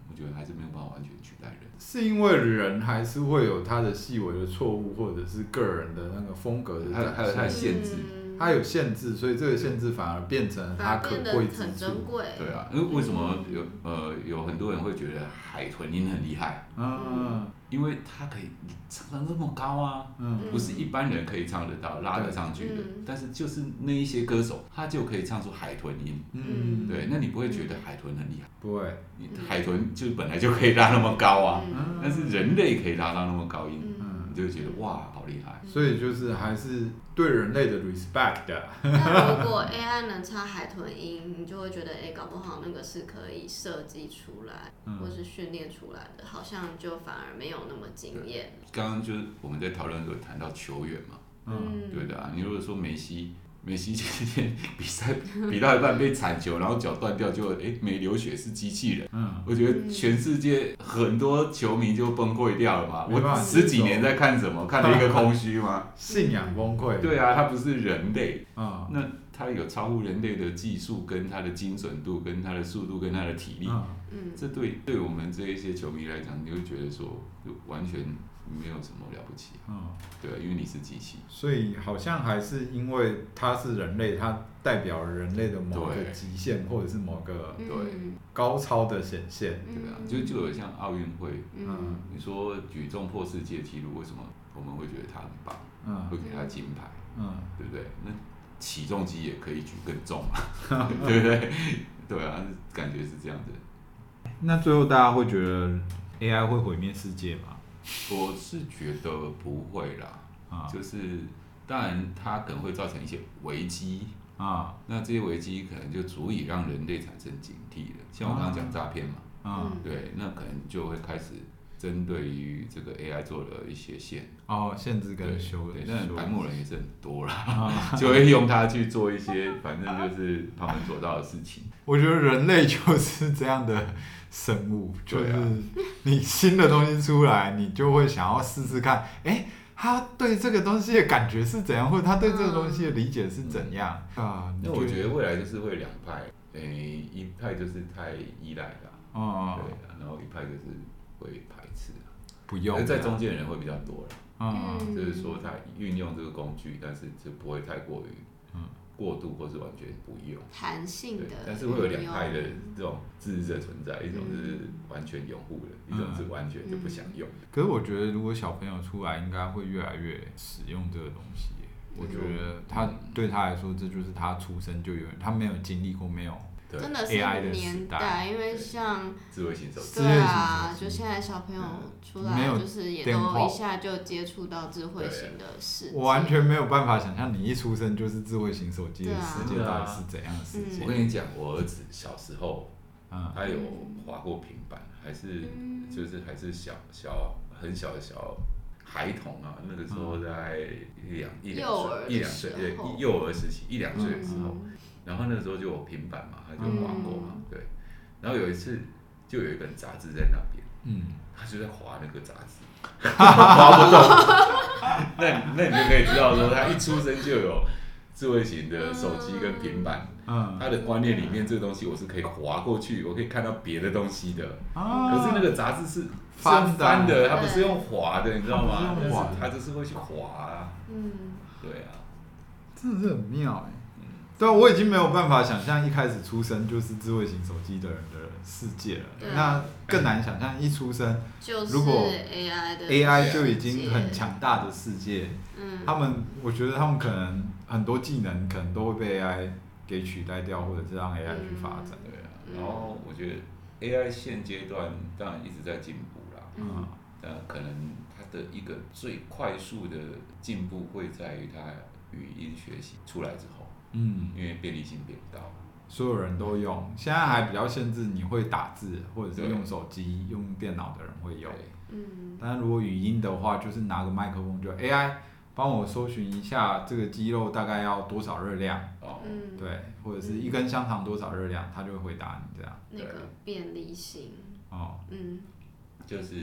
我觉得还是没有办法完全取代人。
是因为人还是会有他的细微的错误，或者是个人的那个风格的
还有还有他
展
的
现，
限制
嗯
他有限制，所以这个限制反而变成
反
他
而
可
变得
贵之
很珍
处。
贵。
对啊，因为为什么有呃有很多人会觉得海豚音很厉害，
嗯
因为它可以唱到那么高啊，
嗯
不是一般人可以唱得到、拉得上去的
嗯。
但是就是那一些歌手，他就可以唱出海豚音。
嗯，
对，那你不会觉得海豚很厉害？
不会，
你海豚就本来就可以拉那么高啊，
嗯
但是人类可以拉到那么高音，
嗯
*laughs* 嗯
你就会觉得哇，好厉害。
所以就是还是对人类的 respect 啊的。
那如果 AI 能唱海豚音，你就会觉得，哎、搞不好那个是可以设计出来，
嗯
或
嗯
是训练出来的，好像就反而没有那么惊艳。
刚刚就是我们在讨论的时候谈到球员嘛，
嗯，
嗯，
对的啊。你如果说梅西，梅西今天 *laughs* 比赛比到一半被铲球，然后脚断掉，就诶没流血是机器人。
嗯，
我觉得全世界很多球迷就崩溃掉了嘛。
没办
我
法
十几年在看什么？看了一个空虚
*laughs*
吗？
信仰崩溃。
对啊，他不是人类，
嗯，
那他有超乎人类的技术、跟他的精准度、跟他的速度、跟他的体力，
嗯
嗯，
这对对我们这一些球迷来讲，你会觉得说就完全没有什么了不起啊，
嗯，
对啊，因为你是机器。
所以好像还是因为它是人类，它代表了人类的某个
对
极限，或者是某个
嗯
对
高超的显现。
对啊，就就有像奥运会，
嗯
你说举重破世界纪录，为什么我们会觉得他很棒，会
嗯
给他金牌，
嗯，
对不对？那起重机也可以举更重嘛， *laughs* 对不对？对啊，感觉是这样的。
那最后大家会觉得 AI 会毁灭世界吗？
我是觉得不会啦，
啊
就是当然它可能会造成一些危机，
啊
那这些危机可能就足以让人类产生警惕了。像我刚刚讲诈骗嘛，
啊！
对，那可能就会开始针对于这个 AI 做了一些限，
哦，限制跟
对
修
对，那
修
白目人也是很多啦，
嗯
*laughs*
啊！
就会用它去做一些反正就是旁门左道的事情。
我觉得人类就是这样的生物，就是
对啊
你新的东西出来，你就会想要试试看，哎、他对这个东西的感觉是怎样，或者他对这个东西的理解是怎样、啊？你
那我觉得未来就是会两派，诶、一派就是太依赖啦，
哦，
对啊，然后一派就是会排斥啊，
不
可
用
是在中间的人会比较多啦。
啊，
嗯
就是说他运用这个工具，但是就不会太过于
嗯
过度或是完全不用。
弹性
对
的，，
但是会有两派的这种自制的存在，一种是
嗯
完全拥护的，一种是完全就不想用的。
可是我觉得如果小朋友出来，应该会越来越使用这个东西。我觉得他
嗯
对他来说，这就是他出生就有，他没有经历过，没有
对，
真的是
AI 的时
年
代
代，因为像
智慧型手机，
智
对
慧型
啊
手，机
就现在小朋友出
没
来
有
就是也
电
都
话
一下就接触到智慧型的世界，
我完全没有办法想象你一出生就是智慧型手机的
对啊
世界到底是怎样的世界
我。跟你讲，我儿子小时候
嗯
他有滑过平板，还是
嗯
就是还是小小很小的小孩童啊，那个时候在一两一两
幼儿
岁
的
一两岁
时
对
候
一幼儿时期一两岁的时候，
嗯
然后那个时候就有平板嘛，他就滑过嘛，对。然后有一次就有一本杂志在那边，
嗯，
他就在滑那个杂志，滑不动。那那你就可以知道说，他一出生就有智慧型的手机跟平板，
嗯
他的观念里面这个东西我是可以滑过去，我可以看到别的东西的。
啊
可是那个杂志是是
翻的
用翻的，它不是用滑的，你知道
它
吗
不？
但
是用
是
滑的
它就是会去滑啊，
嗯，
对啊。
真的是很妙哎、
嗯
对啊，我已经没有办法想象一开始出生就是智慧型手机的人的世界了，
对
那
啊
更难想象一出生
就是
如果
AI 的
AI
世
就已
界
经很，强大的世界，
嗯，
他们我觉得他们可能很多技能可能都会被 AI 给取代掉，或者是让 AI 去发展。
对啊，然后我觉得 AI 现阶段当然一直在进步啦，
嗯
但可能它的一个最快速的进步会在于它语音学习出来之后，
嗯，
因为便利性变高，
所有人都用，现在还比较限制你会打字或者是
对
用手机、用电脑的人会用。
对
嗯，
但是如果语音的话，就是拿个麦克风就 AI 帮我搜寻一下这个鸡肉大概要多少热量，
哦，
嗯，
对，或者是一根香肠多少热量，它就会回答你这样。
那个便利性，
哦，
嗯，
就是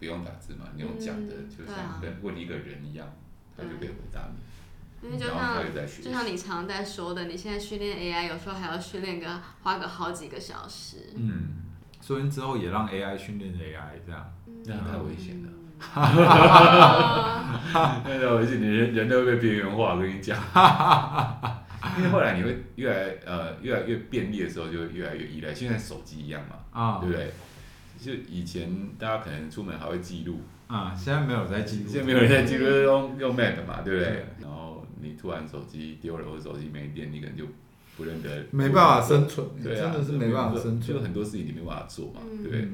不用打字嘛，你用讲的，
嗯
就
对啊
像跟问一个人一样，他就可以回答你，
因为就
然后
像
他又在学习 *laughs*
就，像你常在说的，你现在训练 AI 有时候还要训练个花个好几个小时，
嗯，所以之后也让 AI 训练 AI 这样。
那太危险了，
啊
那太危险，你人人都会被边缘化，我跟你讲。 *laughs* 因为后来你会越来呃越来越便利的时候，就会越来越依赖，现在手机一样嘛，
啊、
对不对？就以前大家可能出门还会记录，
啊、现在没有在记录，
现在没有人在记录，都用用 Map 嘛，对不对？然后你突然手机丢了，或者手机没电，你可能就不认得，
没办法生存，
对啊，
真的是没办法生
就
存。
很多事情你没办法做嘛，
嗯
对不对？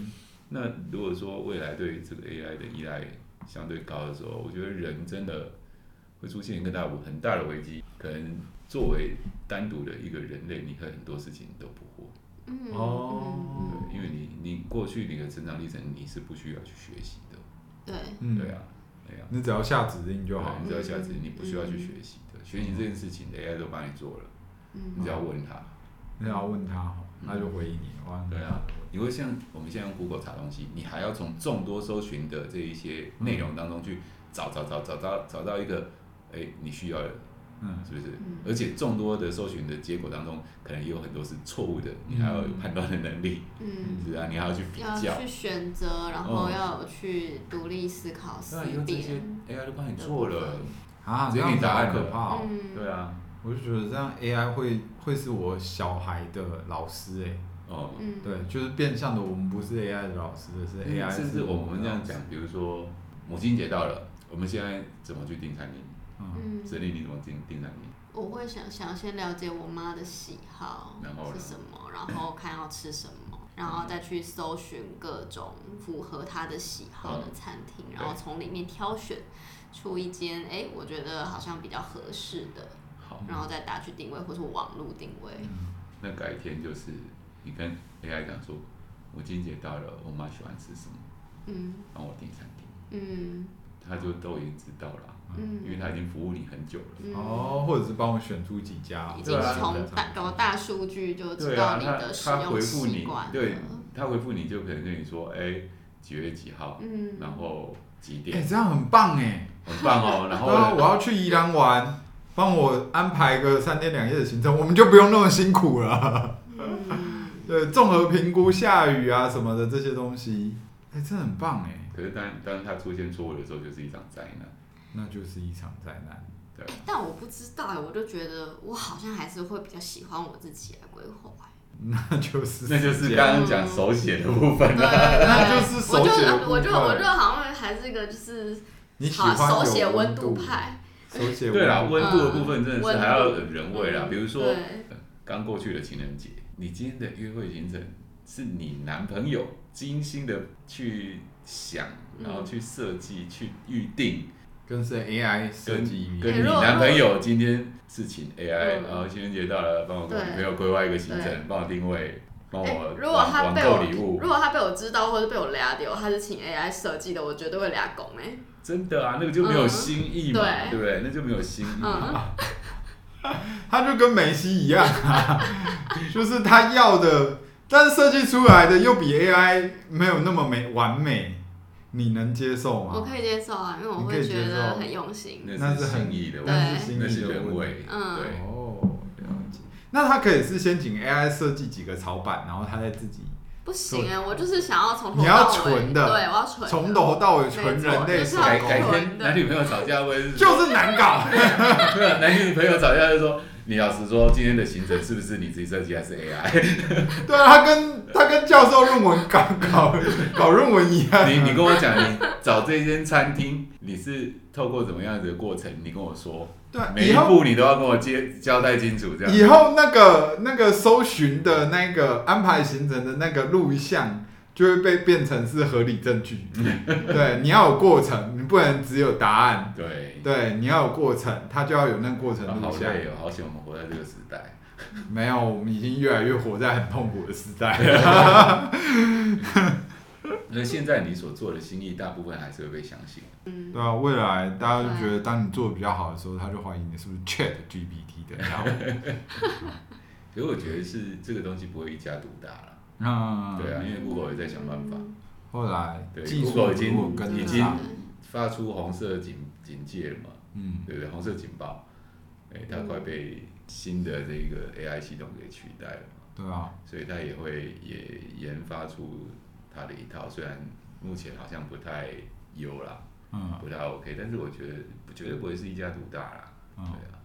那如果说未来对这个 AI 的依赖相对高的时候，我觉得人真的会出现一个大很大的危机。可能作为单独的一个人类，你可能很多事情都不会。
*laughs* 嗯，
哦
嗯
对，因为你你过去你的成长历程你是不需要去学习的，
嗯对，
嗯，
对啊，对啊，
你只要下指令就好嗯
对。啊
嗯
你只要下次你不需要去学习的，学习这件事情 AI 都帮你做了，你
嗯
只要问他，
你要问他，他就回应你。哇，
嗯对啊，你会像我们现在用 Google 查东西，你还要从众多搜寻的这一些内容当中去找找找找到找到一个，哎，你需要的，
嗯，
是不是？
嗯
而且众多的搜寻的结果当中，可能也有很多是错误的，你还要有判断的能力，
嗯，
是啊，你还要去比
要
较。
去选择，然后
嗯
要有去独立思考、思
那啊以后这些
辨。
AI 都帮你做了，
啊，
直接给
这样
你
子
答
好
案
可
了
怕哦。
嗯，
对啊，
我就觉得这样 AI 会会是我小孩的老师哎、
哦，
嗯，
对，就是变相的，我们不是 AI 的老师，而是 AI
嗯甚至我
我
们
们
这
的
样
老师
讲，，比如说母亲节到了，我们现在怎么去订餐厅？
嗯，
嗯，
沈丽，你怎么订订餐厅？
我会想想先了解我妈的喜好
然后呢
是什么，然后看要吃什么，然后再去搜寻各种符合她的喜好的餐厅，
嗯
然后从里面挑选出一间，哎，我觉得好像比较合适的，
好，
然后再打去定位或是网络定位。
那改天就是你跟 AI 讲说，母亲节到了，我妈喜欢吃什么，
嗯
帮我订餐厅，
嗯
他就都已经知道了，啊因为
嗯，
他已经服务你很久了。
嗯，
哦，或者是帮我选出几家，
已
对
经
啊
从大有大数据就知
对
道
啊，
你
他
的使
他
用
回复
习
你
惯，了。
对他回复你就可能跟你说，哎，几月几号，
嗯，
然后几
哎、
*laughs*
点，
这样很棒哎、
很棒哦。然
对啊，
后
我要去宜兰玩，帮我安排个三天两夜的行程，我们就不用那么辛苦了。 *laughs*
嗯
对，综合评估下雨啊什么的这些东西，哎、这很棒哎、
可是当当他出现错误的时候，就是一场灾难。
那就是一场灾难。 *laughs*
对
哎，但我不知道哎，我就觉得我好像还是会比较喜欢我自己来规划哎。
那就是
嗯
那就是
这样
刚刚讲手写的部
*laughs*
分
对
了、
对
那
对
就是
我
手
就
写的部分
我就我就好像还是一个就是
你喜
好
欢有
手写温
度
度，派，
手写
对啦，温
温
度的部分真的
温
是
度
还要有人味啦。
嗯
比如说
对
刚过去的情人节，你今天的约会行程是你男朋友精心的去想，
嗯
然后去设计、去预定，
跟是 AI 设计
跟
哎
你
如果
男朋友今天事情 AI，、
嗯
然后情人节到了，帮我跟我
对
女朋友规划一个行
对
程，帮我定位，帮
哎
我
如果他
哦网网
被
购
我
礼物
如，果他被我知道或者被我俩丢，他是请 AI 设计的，我绝对会俩拱哎。
真的啊，那个就没有
嗯
新意嘛，
对
对不对？那就没有新意嘛。
嗯
他就跟梅西一样、啊 *laughs* 就是他要的，但是设计出来的又比 AI 没有那么美完美，你能接受
我
吗？
可以接受啊，因为我
你可
会
以接
觉得
受
很用心。
那是
是
心
很
意的问
但
题，
是心
那
意
是
的
人
问
味
题。。
嗯
对，
哦，了解。那他可以是先请 AI 设计几个草板，然后他再自己
不行哎，我就是想要从头
你要
到尾
纯的
对，我要纯的
从头到尾
没错
纯人类
就
手
是要
改
工，
改天男女朋友吵架会是
就是难搞。 *laughs*
没有男女朋友吵架就说，你老实说今天的行程是不是你自己设计还是
*laughs*
AI？
对啊，他跟他跟教授论文搞搞搞论文一样。
你你跟我讲，你找这间餐厅，你是透过怎么样子的过程？你跟我说，
对啊，
每
以
一
后
步你都要跟我接交代清楚，这样。
以后那个那个搜寻的那个安排行程的那个录像，就会被变成是合理证
*laughs*
据。对，你要有过程，你不能只有答案。
对，
对，你要有过程，它就要有那个过程
啊
录
好
像。
累哦，好险我们活在这个时代。
没有，我们已经越来越活在很痛苦的时代了。
那现在你所做的心意，大部分还是会被相信。
嗯
对啊，未来大家就觉得，当你做的比较好的时候，他就怀疑你是不是 Chat GPT 的料。
*laughs* 可是我觉得是这个东西不会一家独大了。
*laughs* 那
对啊，因为 Google 也在想
*laughs*
办法。
后来
对
技术
，Google 已经
如果跟
已
得
经
上，
发出红色警警戒了嘛，
嗯，
对不对？红色警报，哎、它快被新的这个 AI 系统给取代了嘛，
对啊，
所以它也会也研发出它的一套，虽然目前好像不太优啦，
嗯
不太 OK，但是我觉得不绝对不会是一家独大啦，对
嗯，
啊。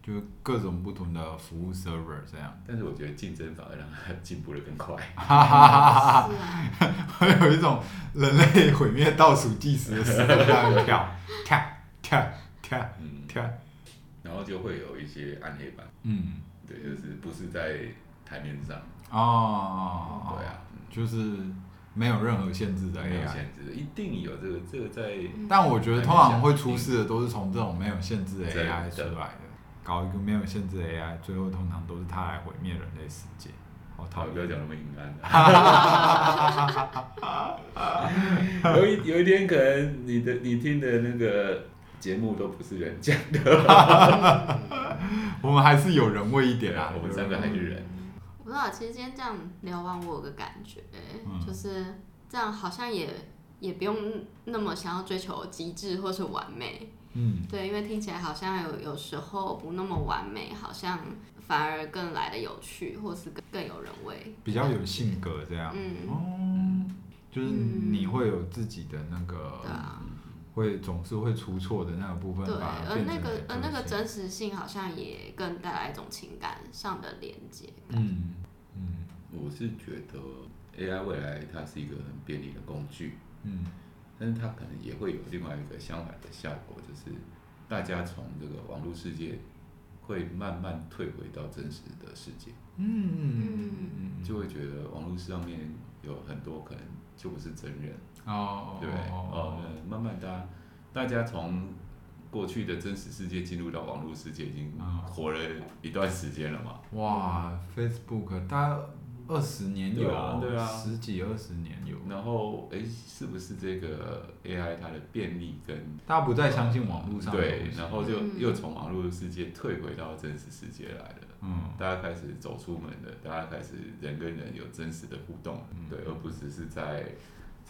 就各种不同的服务 server 这样。 *laughs*
但是我觉得竞争反而让它 *laughs* 进步的更快。
哈哈哈哈哈！
是啊，
我有一种人类毁灭倒数计时的时候，那样跳跳跳跳
嗯，
跳，
然后就会有一些暗黑版，
嗯，
对，就是不是在台面上，
哦，
对，啊，
就是没有任何限制的
没有
AI。
限制，一定有这个这个在
但我觉得通常会出事的都是从这种没有限制的 AI 出
真的
来的，搞一个没有限制的 AI，最后通常都是它来毁灭人类世界。好讨
好，不要
厌。
讲那么阴暗、啊。有一有一天，可能你的你听的那个节目都不是人讲的。
我们还是有人味一点啊，
我们三个还是人。
我不知道，其实今天这样聊完，我有个感觉，
嗯
就是这样，好像也也不用那么想要追求极致或是完美，
嗯，
对，因为听起来好像有有时候不那么完美，好像反而更来的有趣，或是更更有人味。
比较有性格这样。
嗯，
哦，就是
嗯
你会有自己的那个
对，啊，
会总是会出错的那个部分，
对，
把它
而
变
那
成
个
你的
而那个
个性
真实性好像也更带来一种情感上的连接感。
嗯嗯
我是觉得 AI 未来它是一个很便利的工具，
嗯
但是它可能也会有另外一个相反的效果，就是大家从这个网络世界会慢慢退回到真实的世界，
嗯嗯嗯，
就会觉得网络上面有很多可能就不是真人。
哦
对不对？哦，那慢慢大家大家从过去的真实世界进入到网络世界，已经
嗯
活了一段时间了嘛。
哇，Facebook 大概二十年
嗯
有，
对啊对啊
十几二十年有，
然后，哎，是不是这个 AI 它的便利跟
大家不再相信网络上的
对
东，西
然后就
嗯
又从网络世界退回到真实世界来了。
嗯
大家开始走出门了，大家开始人跟人有真实的互动了，
嗯
对，而不只是在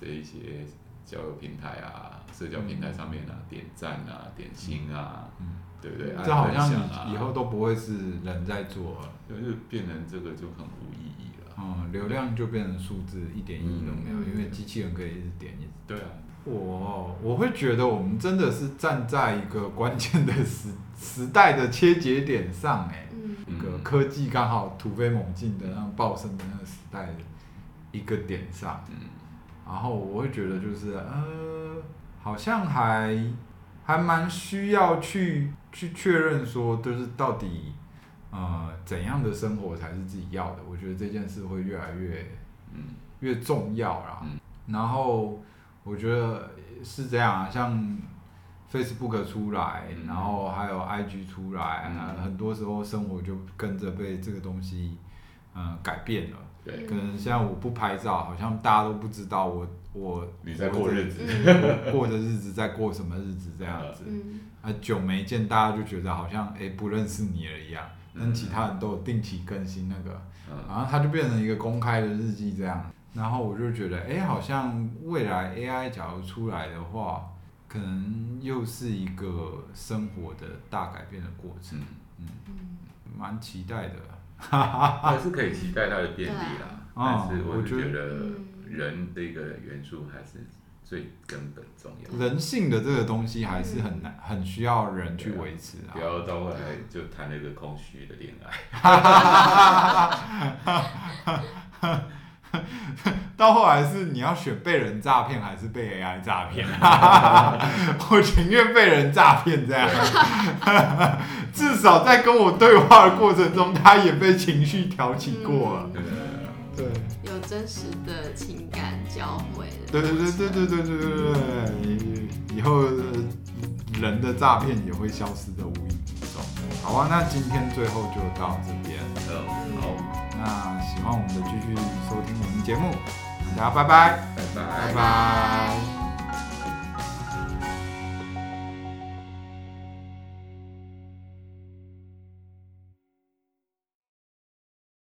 这一些交友平台啊、社交平台上面啊、点赞啊、点心啊，
嗯
对不对？
这好像
按分享啊
你以后都不会是人在做了，
就是变成这个就很无意义了。
嗯，流量就变成数字，一点意义都没有，
嗯
因为机器人可以一直点一直。
对啊，
我我会觉得我们真的是站在一个关键的时时代的切节点上、哎，
嗯
一个科技刚好突飞猛进的那种爆升的那个时代的一个点上，
嗯，
然后我会觉得就是呃，好像还还蛮需要去去确认说，就是到底呃怎样的生活才是自己要的。我觉得这件事会越来越
嗯
越重要啦。
嗯
然后我觉得是这样啊，像 Facebook 出来，
嗯
然后还有 IG 出来，
嗯
很多时候生活就跟着被这个东西嗯、呃改变了。
嗯
对，
可能现在我不拍照，好像大家都不知道我我
你在过日子，
嗯
我过的日子在过什么日子这样子。
嗯
啊，久没见，大家就觉得好像哎、不认识你了一样。但
嗯
其他人都有定期更新那个，
嗯，
然后它就变成一个公开的日记这样。然后我就觉得，哎，好像未来 AI 假如出来的话，可能又是一个生活的大改变的过程，
嗯，
嗯
蛮期待的。
还是可以期待它的便利啦。
对啊
但是我是
哦我觉
觉得
嗯
人这个元素还是最根本重要的，
人性的这个东西还是很难，很需要人去维持
不
啊。
要到后来就谈了一个空虚的恋爱。
到后来是你要选被人诈骗还是被 AI 诈骗？我情愿被人诈骗这样，至少在跟我对话的过程中，他也被情绪挑起过了。
对
对。
有真实的情感交汇的。
对
啊
对对对对对对对对，以后呃人的诈骗也会消失的无影无踪。好啊，那今天最后就到这边。
嗯，好，
那喜欢我们的，继续收听我们节目，大家拜拜，
拜拜
拜拜